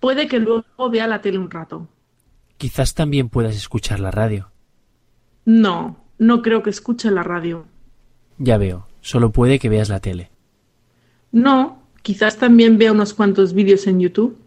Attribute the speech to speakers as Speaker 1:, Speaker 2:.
Speaker 1: Puede que luego vea la tele un rato.
Speaker 2: Quizás también puedas escuchar la radio.
Speaker 1: No, no creo que escuche la radio.
Speaker 2: Ya veo, solo puede que veas la tele.
Speaker 1: No, quizás también vea unos cuantos vídeos en YouTube.